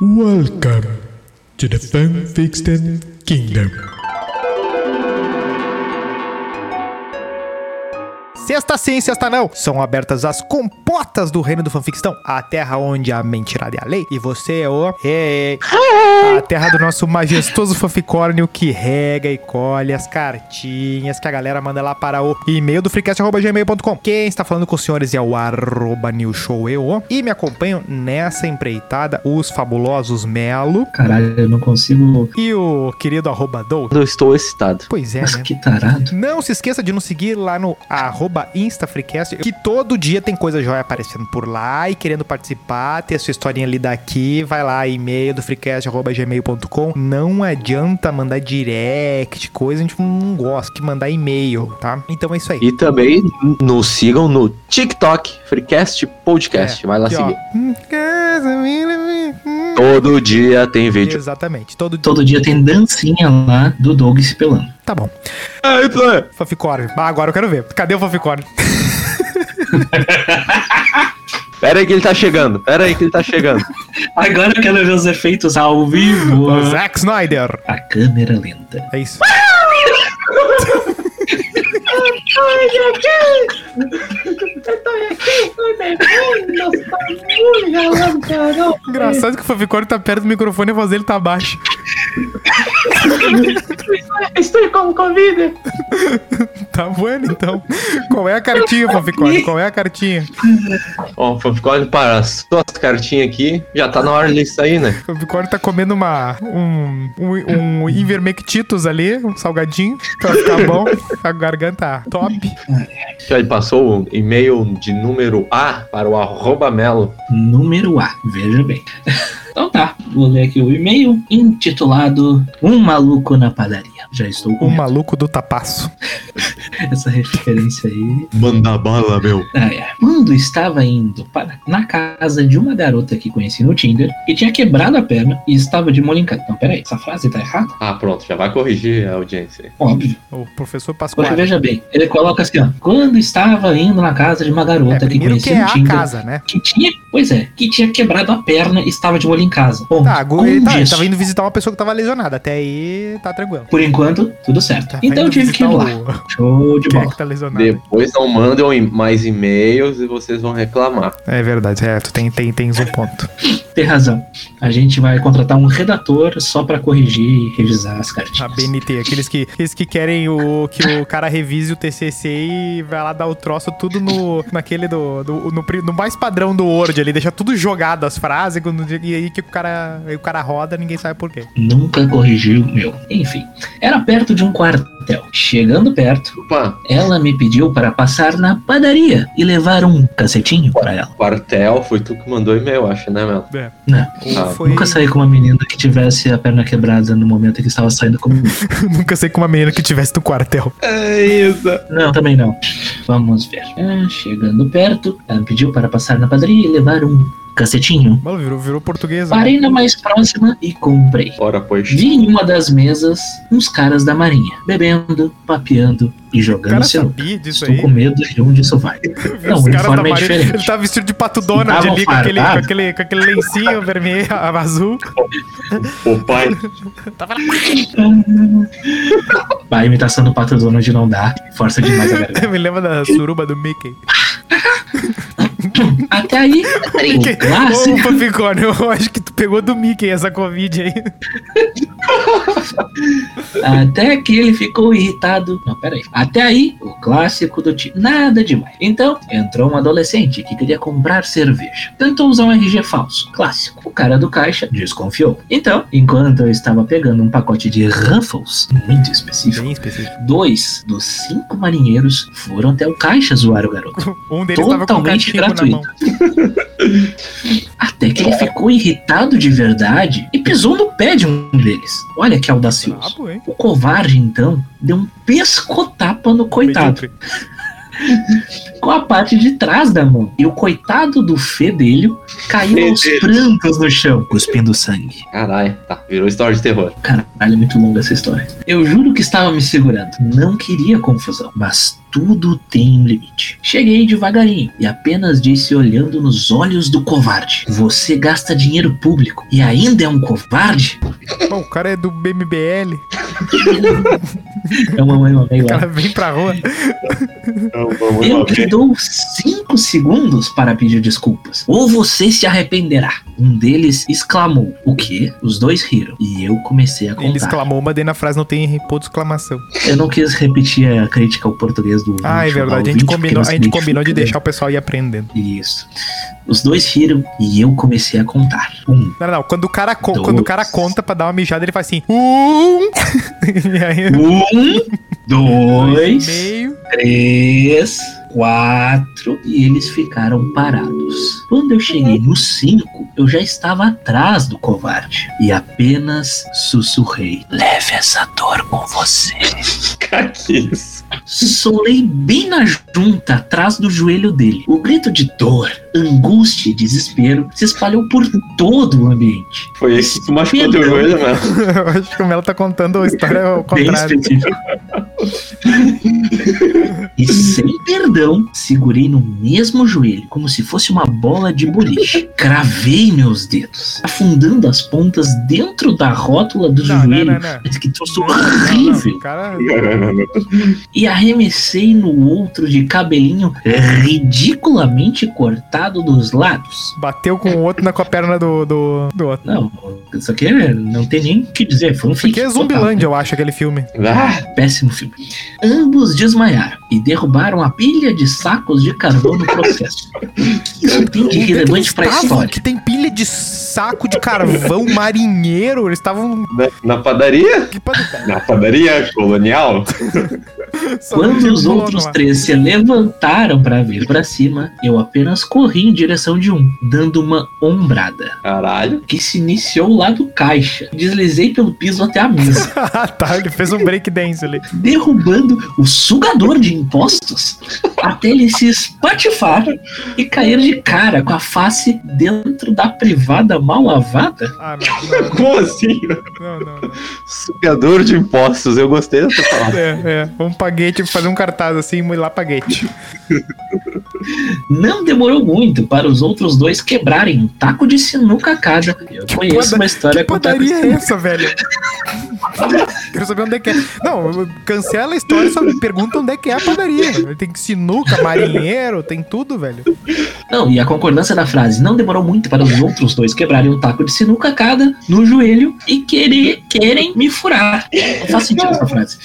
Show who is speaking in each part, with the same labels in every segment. Speaker 1: Welcome to the Fanfiction Kingdom.
Speaker 2: Sexta sim, sexta não. São abertas as compotas do reino do fanfictão. A terra onde a mentirada é a lei. E você é o... É, é. A terra do nosso majestoso fanficórnio que rega e colhe as cartinhas que a galera manda lá para o e-mail do freecast.gmail.com. Quem está falando com os senhores é o arroba newshoweo. E me acompanham nessa empreitada os fabulosos Melo
Speaker 3: Caralho, eu não consigo.
Speaker 2: e o querido arroba Dou.
Speaker 4: Eu estou excitado.
Speaker 2: Pois é,
Speaker 3: Mas
Speaker 2: né?
Speaker 3: que tarado.
Speaker 2: Não se esqueça de nos seguir lá no arroba InstaFreecast, que todo dia tem coisa joia aparecendo por lá e querendo participar, ter a sua historinha ali daqui, vai lá, e-mail do freecast.gmail.com. Não adianta mandar direct, coisa, a gente não gosta que mandar e-mail, tá? Então é isso aí.
Speaker 4: E também nos sigam no TikTok, Freecast Podcast. Vai lá
Speaker 2: Aqui, ó.
Speaker 4: seguir.
Speaker 2: Hum, casa, mira, mira, hum.
Speaker 4: Todo dia tem vídeo.
Speaker 2: Exatamente. Todo dia.
Speaker 3: Todo dia tem dancinha lá do Doug se pelando.
Speaker 2: Tá bom. Fanficorn. Ah, agora eu quero ver. Cadê o Fanficorn?
Speaker 4: Pera aí que ele tá chegando. Pera aí que ele tá chegando.
Speaker 3: Agora eu quero ver os efeitos ao vivo.
Speaker 2: O Zack Snyder.
Speaker 3: A câmera lenta.
Speaker 2: É isso. Engraçado que o Fabicorn tá perto do microfone e a voz dele tá abaixo.
Speaker 5: Estou com Covid.
Speaker 2: Tá bueno, então. Qual é a cartinha, Fabicorn? Qual é a cartinha?
Speaker 4: Ó, o Fanficórnio para as suas cartinhas aqui. Já tá na hora disso aí, né?
Speaker 2: O Fabicorn tá comendo uma, um, um, um Ivermectitus ali, um salgadinho, pra ficar bom. A garganta top.
Speaker 4: Já passou o e-mail de número A para o arroba Melo.
Speaker 3: Número A, veja bem. Então tá, vou ler aqui o e-mail intitulado Um Maluco na Padaria. Já estou com
Speaker 2: O maluco do tapaço.
Speaker 3: essa referência aí.
Speaker 4: Manda bala, meu.
Speaker 3: Ah, é. Quando estava indo para, na casa de uma garota que conheci no Tinder, que tinha quebrado a perna e estava de molho em casa. Não, peraí, essa frase tá errada?
Speaker 4: Ah, pronto. Já vai corrigir a audiência.
Speaker 3: Óbvio.
Speaker 2: O professor
Speaker 3: Porque
Speaker 2: Pascoal.
Speaker 3: veja bem, ele coloca assim, ó. Quando estava indo na casa de uma
Speaker 2: É,
Speaker 3: garota que então.
Speaker 2: primeiro que
Speaker 3: conheci
Speaker 2: é
Speaker 3: no
Speaker 2: a
Speaker 3: Tinder,
Speaker 2: casa, né?
Speaker 3: que tinha, pois é, que tinha quebrado a perna e estava de molho em casa. Bom,
Speaker 2: Tá, go- ele tá, ele
Speaker 3: disso,
Speaker 2: tava indo visitar uma pessoa que tava lesionada. Até aí, tá tranquilo.
Speaker 3: por enquanto, tudo certo.
Speaker 2: Tá,
Speaker 3: então eu
Speaker 2: indo
Speaker 3: tive que ir
Speaker 2: visitar
Speaker 3: lá.
Speaker 2: o-
Speaker 3: Show de
Speaker 2: Quem é
Speaker 3: bola.
Speaker 2: que tá lesionado?
Speaker 4: Depois não mandam e- mais e-mails e vocês vão reclamar.
Speaker 2: É verdade, é, tu tem, tem, tens um ponto.
Speaker 3: Tem razão. A gente vai contratar um redator só pra corrigir e revisar as
Speaker 2: A
Speaker 3: cartinhas.
Speaker 2: BNT, aqueles que, aqueles que querem o, que o cara revise o TCC e vai lá dar o troço tudo no, naquele do, do- no, pri- no mais padrão do Word ali, deixa tudo jogado as frases quando- e aí que o cara, aí o cara roda, ninguém sabe por quê.
Speaker 3: Nunca corrigiu o meu. Enfim, era perto de um quartel. Chegando perto,
Speaker 4: Opa,
Speaker 3: ela me pediu para passar na padaria e levar um cacetinho pra ela.
Speaker 4: quartel, foi tu que mandou e-mail, acho, né, Melo?
Speaker 2: É.
Speaker 3: Né?
Speaker 2: Ou
Speaker 4: Ah,
Speaker 2: foi-
Speaker 3: Nunca saí com uma menina que tivesse a perna quebrada no momento em que estava saindo comigo.
Speaker 2: nunca sei com uma menina que tivesse no quartel.
Speaker 4: É isso.
Speaker 3: Não, também não. Vamos ver. Ah, chegando perto, ela me pediu para passar na padaria e levar um cacetinho.
Speaker 2: Mano, virou, virou português. né?
Speaker 3: Parei na mais próxima e comprei.
Speaker 4: Ora, pois.
Speaker 3: Vi em uma das mesas uns caras da marinha, bebendo, papeando e
Speaker 2: O
Speaker 3: jogando
Speaker 2: cara
Speaker 3: seu.
Speaker 2: sabia disso
Speaker 3: Estou
Speaker 2: aí.
Speaker 3: com medo de onde isso vai. Não,
Speaker 2: Os caras
Speaker 3: o
Speaker 2: da
Speaker 3: uniforme é
Speaker 2: Marinha-
Speaker 3: diferente.
Speaker 2: Ele tá vestido de pato Donald
Speaker 3: Estavam
Speaker 2: ali com aquele, com,
Speaker 3: fardados.
Speaker 2: aquele, com aquele lencinho vermelho, azul.
Speaker 4: O pai.
Speaker 3: A imitação do Pato Donald não dá. Força demais a garganta.
Speaker 2: Me lembra da suruba do Mickey.
Speaker 3: Até aí,
Speaker 2: Mickey,
Speaker 3: o clássico.
Speaker 2: ô Pampicone, eu acho que tu pegou do Mickey essa Covid aí.
Speaker 3: Até que ele ficou irritado. Não, peraí. Até aí, o clássico do tipo. Nada demais. Então, entrou um adolescente que queria comprar cerveja. Tentou usar um RG falso. Clássico. O cara do caixa desconfiou. Então, enquanto eu estava pegando um pacote de Ruffles, muito específico,
Speaker 2: específico.
Speaker 3: dois dos cinco marinheiros foram até o caixa zoar o garoto.
Speaker 2: Um deles tava com o
Speaker 3: Totalmente
Speaker 2: cachimbo na mão.
Speaker 3: Até que ele ficou irritado de verdade e pisou no pé de um deles. Olha que audacioso.
Speaker 2: Brabo, Ah, hein?
Speaker 3: O covarde, então, deu um pescotapa no coitado.
Speaker 2: Medíocre.
Speaker 3: com a parte de trás da mão. E o coitado do fedelho caiu aos
Speaker 4: Fedelho.
Speaker 3: prantos no chão, cuspindo sangue.
Speaker 4: Caralho, tá. Virou história de terror.
Speaker 3: Caralho, é muito longa essa história. Eu juro que estava me segurando. Não queria confusão, mas tudo tem um limite. Cheguei devagarinho e apenas disse olhando nos olhos do covarde: Você gasta dinheiro público e ainda é um covarde?
Speaker 2: Bom, o cara é do BMBL,
Speaker 3: É uma mãe, uma mãe,
Speaker 2: o
Speaker 3: lá.
Speaker 2: cara vem pra rua.
Speaker 3: Eu te dou 5 segundos para pedir desculpas, ou você se arrependerá. Um deles exclamou: O quê? Os dois riram. E eu comecei a
Speaker 2: Ele
Speaker 3: contar.
Speaker 2: exclamou, mas daí na frase não tem ponto de exclamação.
Speaker 3: Eu não quis repetir a crítica ao português do.
Speaker 2: Ah, é
Speaker 3: ouvinte,
Speaker 2: verdade. A
Speaker 3: ouvinte,
Speaker 2: gente
Speaker 3: porque
Speaker 2: combinou,
Speaker 3: você
Speaker 2: a gente
Speaker 3: identifica
Speaker 2: combinou de
Speaker 3: bem.
Speaker 2: deixar o pessoal ir aprendendo.
Speaker 3: Isso. Os dois riram e eu comecei a contar. Um,
Speaker 2: Não, não, não. Quando o cara, co-
Speaker 3: Dois.
Speaker 2: quando o cara conta pra dar uma mijada, ele faz assim. Um! e aí.
Speaker 3: um dois,
Speaker 2: Meio.
Speaker 3: três, quatro. E eles ficaram parados. Quando eu cheguei no cinco, eu já estava atrás do covarde. E apenas sussurrei: Leve essa dor com você.
Speaker 4: Cara, que isso.
Speaker 3: Solei bem na junta, atrás do joelho dele. O grito de dor, angústia e desespero se espalhou por todo o ambiente.
Speaker 4: Foi esse que tu machucou né, teu joelho, mano.
Speaker 2: Eu acho que o Melo tá contando a história ao
Speaker 3: Bem
Speaker 2: contrário.
Speaker 3: específico. e sem perdão, segurei no mesmo joelho, como se fosse uma bola de boliche. Cravei meus dedos, afundando as pontas dentro da rótula do
Speaker 2: Não, não,
Speaker 3: joelho.
Speaker 2: não, não.
Speaker 3: Mas que troço
Speaker 2: Não, não,
Speaker 3: horrível!
Speaker 2: o cara.
Speaker 3: E arremessei no outro de cabelinho ridiculamente cortado dos lados.
Speaker 2: Bateu com o outro na, com a perna do, do, do outro.
Speaker 3: Não, isso aqui não tem nem o que dizer. Foi um
Speaker 2: Porque é Zumbilândia, eu acho, aquele filme.
Speaker 4: Ah,
Speaker 3: péssimo filme. Ambos desmaiaram e derrubaram a pilha de sacos de carvão no processo. Isso tem de
Speaker 2: Onde é que
Speaker 3: relevante
Speaker 2: eles
Speaker 3: pra
Speaker 2: estavam?
Speaker 3: história.
Speaker 2: Que tem pilha de saco de carvão marinheiro. Eles estavam.
Speaker 4: né? na, na padaria?
Speaker 2: Que pad-
Speaker 4: Na padaria colonial?
Speaker 2: só
Speaker 3: Quando
Speaker 2: tinha
Speaker 3: os
Speaker 2: um
Speaker 3: outros
Speaker 2: colono lá.
Speaker 3: três se levantaram pra vir pra cima, eu apenas corri em direção de um, dando uma ombrada,
Speaker 4: Caralho.
Speaker 3: que se iniciou lá do caixa. Deslizei pelo piso até a mesa,
Speaker 2: Ah, tá. Ele fez um break dance ali.
Speaker 3: derrubando o sugador de impostos até ele se espatifar e cair de cara com a face dentro da privada mal lavada.
Speaker 2: Ah, não.
Speaker 4: Como assim? mano?
Speaker 2: Não, não, não. não.
Speaker 4: Sugador de impostos. Eu gostei dessa palavra.
Speaker 2: É, é. Vamos paguete, fazer um cartaz assim e lá paguete.
Speaker 3: Não demorou muito para os outros dois quebrarem um taco de sinuca cada. Eu
Speaker 2: Que
Speaker 3: conheço
Speaker 2: pada-
Speaker 3: uma história
Speaker 2: Que
Speaker 3: com taco
Speaker 2: padaria é
Speaker 3: de
Speaker 2: essa, velho? Quero saber onde é que é. Não, cancela a história e só me pergunta onde é que é a padaria. Tem sinuca, marinheiro, tem tudo, velho.
Speaker 3: Não, e a concordância da frase não demorou muito para os outros dois quebrarem um taco de sinuca cada no joelho e querer, querem me furar. Não faz sentido essa frase.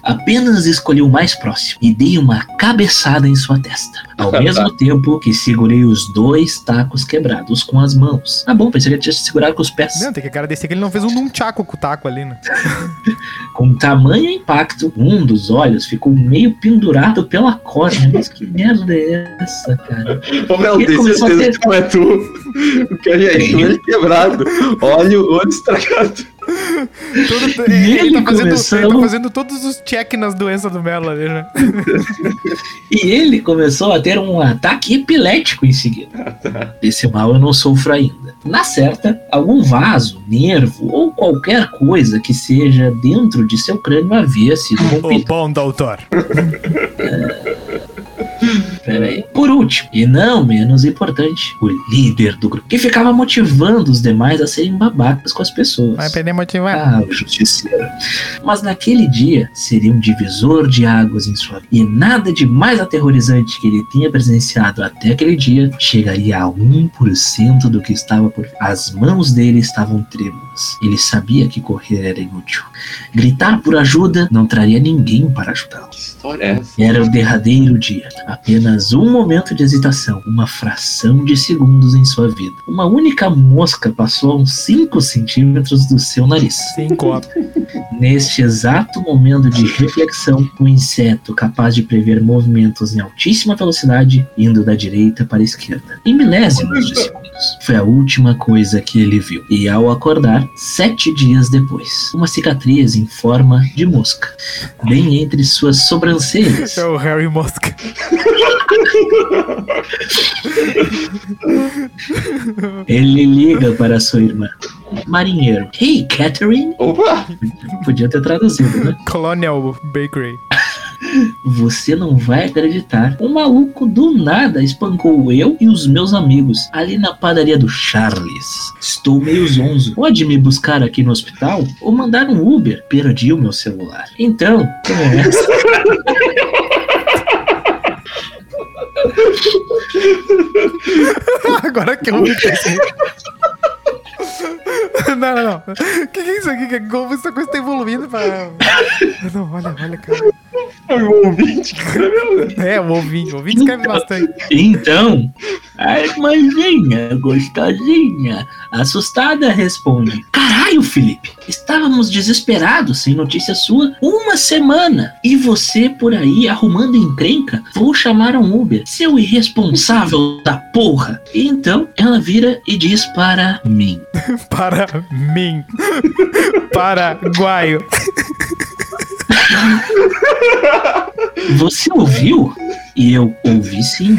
Speaker 3: Apenas escolhi o mais próximo e dei uma cabeçada em sua testa. Ao mesmo tempo que segurei os dois tacos quebrados com as mãos. Ah, bom, pensei que tinha segurado com os pés.
Speaker 2: Não, tem que agradecer que ele não fez um nunchaku com o taco ali, né?
Speaker 3: Com tamanho impacto, um dos olhos ficou meio pendurado pela corda. Mas que merda é essa, cara?
Speaker 4: Ô, Mel,
Speaker 3: Ele
Speaker 4: tenho
Speaker 3: começou a
Speaker 4: certeza
Speaker 3: ter-
Speaker 4: que não é tu. Porque aí é joelho quebrado. Olho, olho estragado.
Speaker 2: Todo-
Speaker 3: E
Speaker 2: ele,
Speaker 3: ele
Speaker 2: tá fazendo,
Speaker 3: começou-
Speaker 2: ele tá fazendo todos os check nas doenças do Melo ali, né?
Speaker 3: E ele começou a ter um ataque epilético em seguida. Desse mal eu não sofro ainda. Na certa, algum vaso, nervo ou qualquer coisa que seja dentro de seu crânio havia sido rompido.
Speaker 2: bom doutor.
Speaker 3: Peraí. Por último, e não menos importante, o líder do grupo, que ficava motivando os demais a serem babacas com as pessoas.
Speaker 2: Vai perder motivar.
Speaker 3: Ah, o justiceiro. Mas naquele dia seria um divisor de águas em sua vida. E nada de mais aterrorizante que ele tenha presenciado até aquele dia chegaria a 1% do que estava por vir. As mãos dele estavam trêmulas. Ele sabia que correr era inútil. Gritar por ajuda não traria ninguém para ajudá-lo.
Speaker 4: Que história é essa?
Speaker 3: Era o derradeiro dia. Apenas um momento de hesitação, uma fração de segundos em sua vida. Uma única mosca passou a uns 5 centímetros do seu nariz.
Speaker 2: Sim, copo.
Speaker 3: Neste exato momento de reflexão, o inseto, capaz de prever movimentos em altíssima velocidade, indo da direita para a esquerda, em milésimos de segundo. anos. Foi a última coisa que ele viu. E ao acordar, sete dias depois, uma cicatriz em forma de mosca, bem entre suas sobrancelhas.
Speaker 2: É o Harry Mosca.
Speaker 3: Ele liga para sua irmã. Marinheiro. Hey, Catherine.
Speaker 4: Opa!
Speaker 3: Podia ter traduzido, né?
Speaker 2: Colonial Bakery.
Speaker 3: Você não vai acreditar. Um maluco do nada espancou eu e os meus amigos ali na padaria do Charles. Estou meio zonzo. Pode me buscar aqui no hospital ou mandar um Uber? Perdi o meu celular. Então, como essa?
Speaker 2: Então, Agora que eu me pensei. Não, não, não. O que, que é isso aqui? Que- Como essa coisa tá evoluindo pra. Não, olha, olha, cara.
Speaker 4: É um ouvinte.
Speaker 2: É, o ouvinte, o ouvinte escreve bastante.
Speaker 3: Então, a irmãzinha gostosinha, assustada, responde: Caralho, Felipe, estávamos desesperados sem notícia sua uma semana. E você por aí arrumando encrenca? Vou chamar um Uber, seu irresponsável da porra. E então ela vira e diz para mim:
Speaker 2: Para mim. Paraguaio.
Speaker 3: Você ouviu? E eu ouvi sim.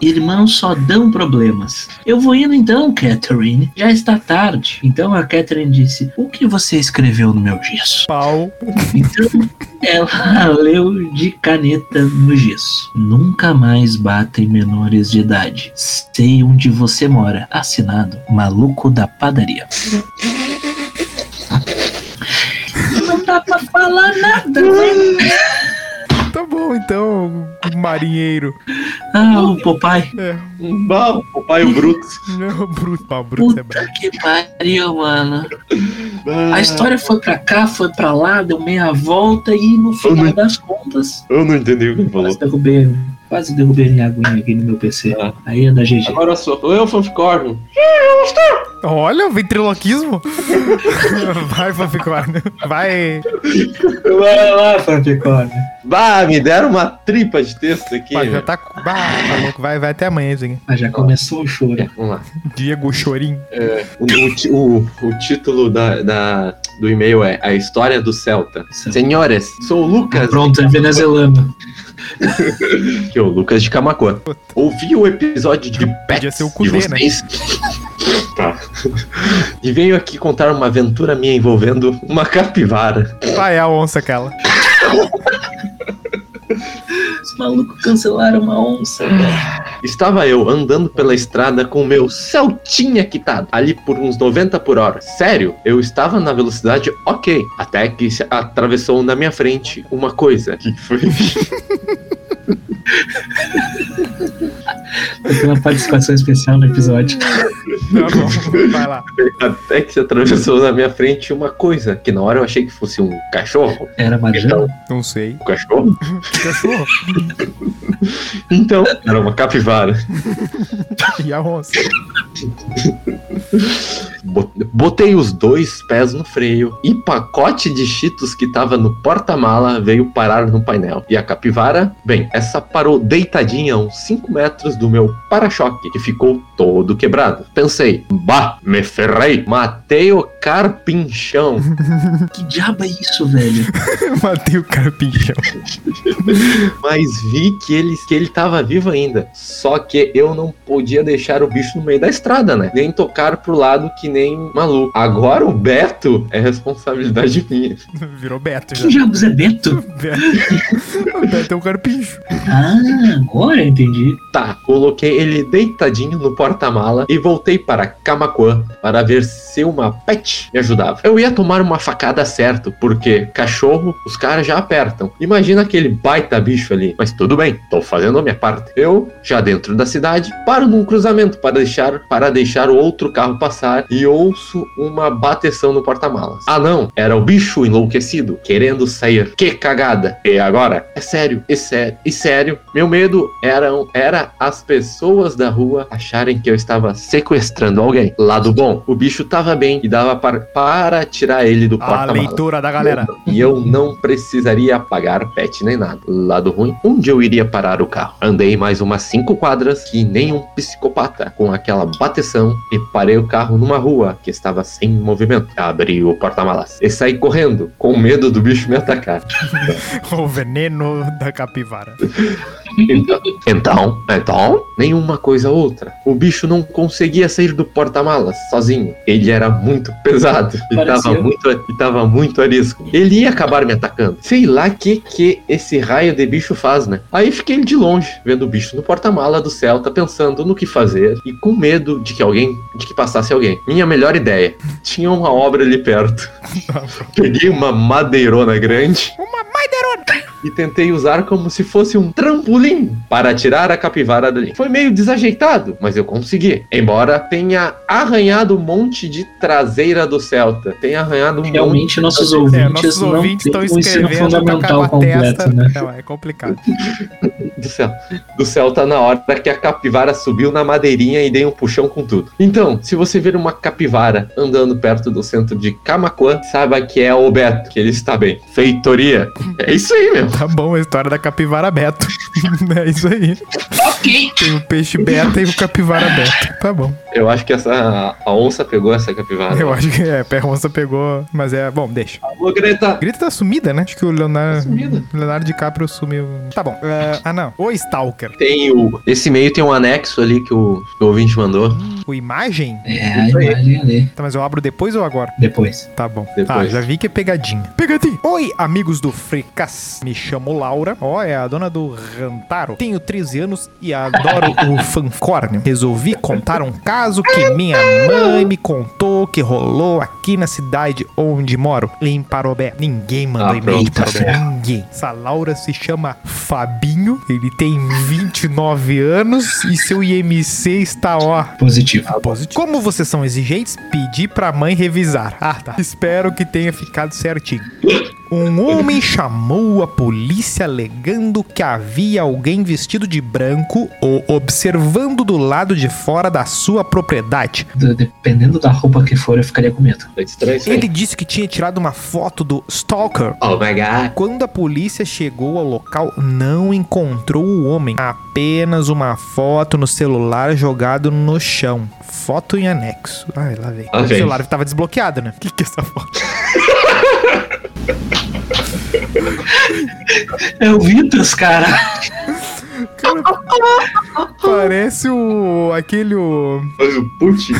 Speaker 3: Irmãos só dão problemas. Eu vou indo então, Catherine. Já está tarde. Então a Catherine disse: O que você escreveu no meu gesso?
Speaker 2: Pau.
Speaker 3: Então ela leu de caneta no gesso. Nunca mais batem menores de idade. Sei onde você mora. Assinado Maluco da Padaria. Não dá pra falar nada, né?
Speaker 2: Tá bom, então, marinheiro.
Speaker 3: Ah, o Popeye.
Speaker 2: É,
Speaker 4: Bah, o Um pai o bruto.
Speaker 2: não, bruto. Pau, bruto é
Speaker 3: Puta
Speaker 2: brabo.
Speaker 3: que pariu, mano. A história foi pra cá, foi pra lá, deu meia volta e no final
Speaker 4: Uhum.
Speaker 3: das contas.
Speaker 4: Eu não entendi o que ele falou.
Speaker 3: Quase derrubei, quase derrubei minha aguinha aqui no meu PC.
Speaker 4: Ah.
Speaker 3: Aí é da GG.
Speaker 4: Agora sou eu, Fanficorn.
Speaker 2: Olha, o ventriloquismo. Vai, Faficorno. Vai.
Speaker 3: Vai lá,
Speaker 2: Ah,
Speaker 3: Fabricone.
Speaker 4: Bah, me deram uma tripa de texto aqui.
Speaker 2: Pá, já tá. Ah, tá louco. Vai, vai até amanhã isso aqui.
Speaker 3: Ah, já começou o choro.
Speaker 4: Vamos lá.
Speaker 2: Diego Chorim.
Speaker 4: O, o ti- o- o título da, da- do e-mail é A História do Celta. Senhores, sou o
Speaker 3: Ah,
Speaker 4: Lucas.
Speaker 3: Pronto, é venezuelano.
Speaker 4: Que é o Lucas de Camacuã. Ouvi o episódio de Pets
Speaker 2: Podia ser o
Speaker 4: de
Speaker 2: Kudê, né?
Speaker 4: vocês. tá. E venho aqui contar uma aventura minha envolvendo uma capivara.
Speaker 2: Vai, Tá, é a onça aquela.
Speaker 3: Os malucos cancelaram uma onça. velho.
Speaker 4: Estava eu andando pela estrada com o meu Celtinha quitado, ali por uns 90 por hora. Sério, eu estava na velocidade ok, até que se atravessou na minha frente uma coisa. Que foi?
Speaker 3: Eu tenho uma participação especial no episódio.
Speaker 2: Tá bom, vai lá.
Speaker 4: até que se atravessou na minha frente uma coisa, que na hora eu achei que fosse um cachorro.
Speaker 3: Era Marjão?
Speaker 4: Então,
Speaker 2: Não sei.
Speaker 4: um cachorro?
Speaker 2: Cachorro.
Speaker 4: Então, era uma capivara.
Speaker 2: E a onça.
Speaker 4: Bo- Botei os dois pés no freio e pacote de cheetos que tava no porta-mala veio parar no painel. E a capivara, bem, essa parou deitadinha a uns 5 metros do meu para-choque, que ficou todo quebrado. Pensei, bah, me ferrei, matei o carpinchão.
Speaker 3: Que diabo é isso, velho?
Speaker 2: Matei o carpinchão.
Speaker 4: Mas vi que ele, que ele tava vivo ainda. Só que eu não podia deixar o bicho no meio da estrada, né? Nem tocar pro lado que nem maluco. Agora o Beto é responsabilidade minha.
Speaker 2: Virou Beto já.
Speaker 3: Que diabos é Beto?
Speaker 2: Beto. O Beto é um carpincho.
Speaker 3: Ah, agora eu entendi.
Speaker 4: Tá, coloquei ele deitadinho no porta-mala e voltei para Camacuã para ver se uma pet me ajudava. Eu ia tomar uma facada certo, porque cachorro os caras já apertam. Imagina aquele baita bicho ali. Mas tudo bem, tô fazendo a minha parte. Eu, já dentro da cidade, paro num cruzamento para deixar para deixar o outro carro passar e ouço uma bateção no porta-malas. Ah não, era o bicho enlouquecido querendo sair. Que cagada! E agora? É sério, é sério, e sério. Meu medo eram era as pessoas da rua acharem que eu estava sequestrando alguém. Lado bom, o bicho tava bem e dava par- para tirar ele do
Speaker 2: A
Speaker 4: porta-malas.
Speaker 2: leitura da galera.
Speaker 4: E eu não precisaria pagar pet nem nada. Lado ruim, onde eu iria parar o carro? Andei mais umas cinco quadras que nem um psico- psicopata com aquela bateção e parei o carro numa rua que estava sem movimento. Abri o porta-malas e saí correndo, com medo do bicho me atacar.
Speaker 2: O veneno da capivara.
Speaker 4: Então, então, então, nenhuma coisa outra. O bicho não conseguia sair do porta-malas sozinho. Ele era muito pesado e
Speaker 3: Parecia.
Speaker 4: tava muito, e tava muito arisco. Ele ia acabar me atacando. Sei lá o que, que esse raio de bicho faz, né? Aí fiquei de longe, vendo o bicho no porta-mala do Celta, pensando no que fazer e com medo de que alguém, de que passasse alguém. Minha melhor ideia: tinha uma obra ali perto. Peguei uma madeirona grande e tentei usar como se fosse um trampolim para tirar a capivara dali. Foi meio desajeitado, mas eu consegui. Embora tenha arranhado um monte de traseira do Celta. Tenha arranhado um monte.
Speaker 3: Realmente, nossos
Speaker 2: Então, É,
Speaker 3: ouvintes
Speaker 2: nossos
Speaker 3: não
Speaker 2: ouvintes
Speaker 3: têm
Speaker 2: estão
Speaker 3: um ensino
Speaker 2: escrevendo tá
Speaker 3: fundamental
Speaker 2: com a testa.
Speaker 3: completo, né?
Speaker 2: Não, é complicado.
Speaker 4: do céu, do céu tá na hora que a capivara subiu na madeirinha e dei um puxão com tudo. Então, se você ver uma capivara andando perto do centro de Camacuã, saiba que é o Beto, que ele está bem. Feitoria. É isso aí, meu.
Speaker 2: Tá bom, a história da capivara Beto. é isso aí.
Speaker 3: Ok.
Speaker 2: Tem o peixe beta e o capivara Beto. Tá bom.
Speaker 4: Eu acho que essa a onça pegou essa
Speaker 3: Tá
Speaker 4: capivara.
Speaker 2: Eu acho que é, perronça pegou, mas é, bom, deixa.
Speaker 4: Alô, Greta.
Speaker 2: Grita tá sumida, né? Acho que o Leonardo,
Speaker 4: Sumida.
Speaker 2: Leonardo DiCaprio sumiu. Tá bom. É, ah, não. O Stalker.
Speaker 4: Tem o. Esse e-mail tem um anexo ali que o, que o ouvinte mandou.
Speaker 2: O Imagem?
Speaker 3: É, a imagem ali.
Speaker 2: Tá, mas eu abro depois ou agora?
Speaker 3: Depois.
Speaker 2: Tá bom. Ah,
Speaker 4: Depois.
Speaker 2: já vi que é pegadinha. Pegadinha! Oi, amigos do Fricas. Me chamo Laura. Ó, é a dona do Rantaro. Tenho 13 anos e adoro o fancórnio. Resolvi contar um caso que minha mãe me contou que rolou aqui na cidade onde moro, em Parobé. Ninguém mandou
Speaker 4: Ah,
Speaker 2: e-mail de
Speaker 3: pronto.
Speaker 2: Parobé. Ninguém. Essa Laura se chama Fabinho. Ele tem 29 anos e seu IMC está, ó,
Speaker 3: Positivo.
Speaker 2: Positivo. Como vocês são exigentes, pedi pra mãe revisar. Ah, tá. Espero que tenha ficado certinho. Um homem chamou a polícia alegando que havia alguém vestido de branco ou observando do lado de fora da sua propriedade.
Speaker 3: D- Dependendo da roupa que for, eu ficaria com medo.
Speaker 4: Tá estranho isso aí.
Speaker 2: Ele disse que tinha tirado uma foto do stalker.
Speaker 4: Oh my god.
Speaker 2: Quando a polícia chegou ao local, não encontrou o homem, apenas uma foto no celular jogado no chão. Foto em anexo. Ai, lá vem.
Speaker 4: Ok.
Speaker 2: O celular tava desbloqueado, né? O que, que é essa foto?
Speaker 3: É o Vitas, cara.
Speaker 2: Cara, parece o. aquele. o-
Speaker 4: Mas o Putin.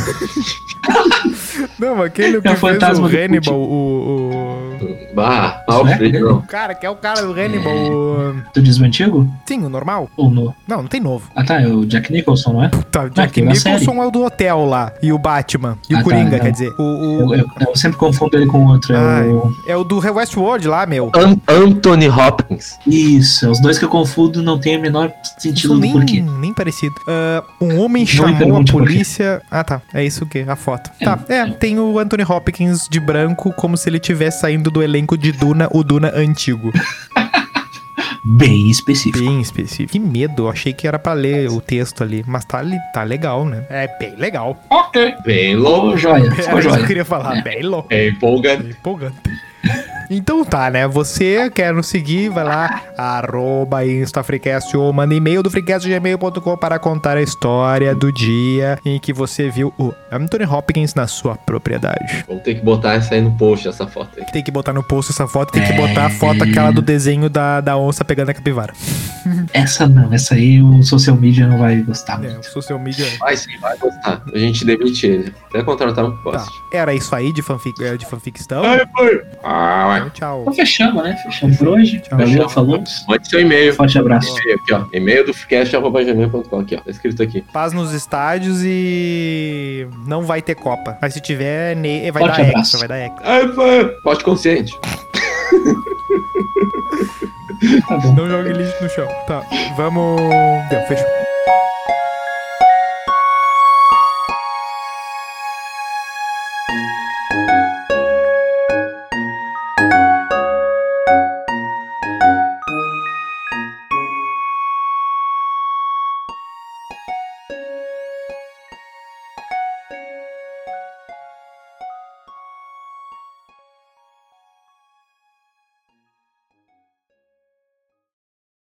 Speaker 2: Não, aquele que
Speaker 3: É
Speaker 2: fez
Speaker 3: o
Speaker 2: o
Speaker 3: fantasma do
Speaker 2: Hannibal, o. o-
Speaker 4: Bah,
Speaker 3: Alfred,
Speaker 4: Alfred, não.
Speaker 2: o cara, que é o cara do Hannibal. o-
Speaker 3: Tu diz o antigo?
Speaker 2: Sim, o normal?
Speaker 3: Ou no?
Speaker 2: Não, não tem novo.
Speaker 3: Ah, tá. É o Jack Nicholson, não é?
Speaker 2: Tá, Jack
Speaker 3: tem na série.
Speaker 2: Nicholson é o do hotel lá. E o Batman. E
Speaker 3: Ah,
Speaker 2: o
Speaker 3: tá,
Speaker 2: Coringa,
Speaker 3: não.
Speaker 2: quer dizer. O, o-
Speaker 3: Eu, eu- eu sempre confundo ele com outro. é o-
Speaker 2: É o do Westworld lá, meu.
Speaker 4: Anthony Hopkins.
Speaker 3: Isso, é os dois que eu confundo não tem o menor
Speaker 2: Isso
Speaker 3: sentido do
Speaker 2: nem,
Speaker 3: porquê.
Speaker 2: nem parecido. Ah, um homem
Speaker 3: Não me
Speaker 2: chamou a
Speaker 3: pergunte por quê.
Speaker 2: polícia. Ah, tá. É isso que? A foto.
Speaker 3: É.
Speaker 2: Tá. É, tem o Anthony Hopkins de branco, como se ele estivesse saindo do elenco de Duna, o Duna antigo.
Speaker 3: Bem específico.
Speaker 2: Bem específico. Que medo. Eu achei que era pra ler o texto ali. Mas tá, ali- tá legal, né? É bem legal.
Speaker 3: Ok.
Speaker 4: Bem
Speaker 3: Ficou joia,
Speaker 2: É
Speaker 3: ficou
Speaker 2: isso que eu
Speaker 3: joia.
Speaker 2: queria falar. Bem louco.
Speaker 4: É empolgante.
Speaker 2: Empolgante. Então tá, né? Você quer nos seguir, vai lá, arroba InstaFreecast ou manda e-mail do freecastgmail.com para contar a história do dia em que você viu o Anthony Hopkins na sua propriedade.
Speaker 4: Vamos ter que botar essa aí no post, essa foto aí.
Speaker 2: Tem que botar no post essa foto, tem que botar a foto aquela do desenho da, da onça pegando a capivara.
Speaker 3: Essa não, essa aí o social media não vai gostar
Speaker 2: É, o
Speaker 3: muito.
Speaker 2: social media...
Speaker 4: Vai sim, vai gostar. Tá, A gente demite ele. Até contratar um
Speaker 2: Tá,
Speaker 4: post.
Speaker 2: era isso aí de, fanfic, eh, de fanficção.
Speaker 4: Ah, vai.
Speaker 2: Então, tchau.
Speaker 3: Então fechamos, né? Fechamos por hoje.
Speaker 2: Tchau.
Speaker 3: Valeu, falou.
Speaker 4: Mande seu e-mail.
Speaker 3: Forte abraço.
Speaker 4: E-mail Aqui, ó. E-mail do freecast.gmail.com aqui, ó. Tá escrito aqui.
Speaker 2: Paz nos estádios e não vai ter Copa. Mas se tiver, ne- vai
Speaker 3: Forte
Speaker 2: dar
Speaker 3: abraço.
Speaker 2: extra, vai dar extra.
Speaker 4: Pote consciente.
Speaker 3: Tá bom.
Speaker 2: Não jogue lixo no chão. Tá, vamos. Deu, fechou.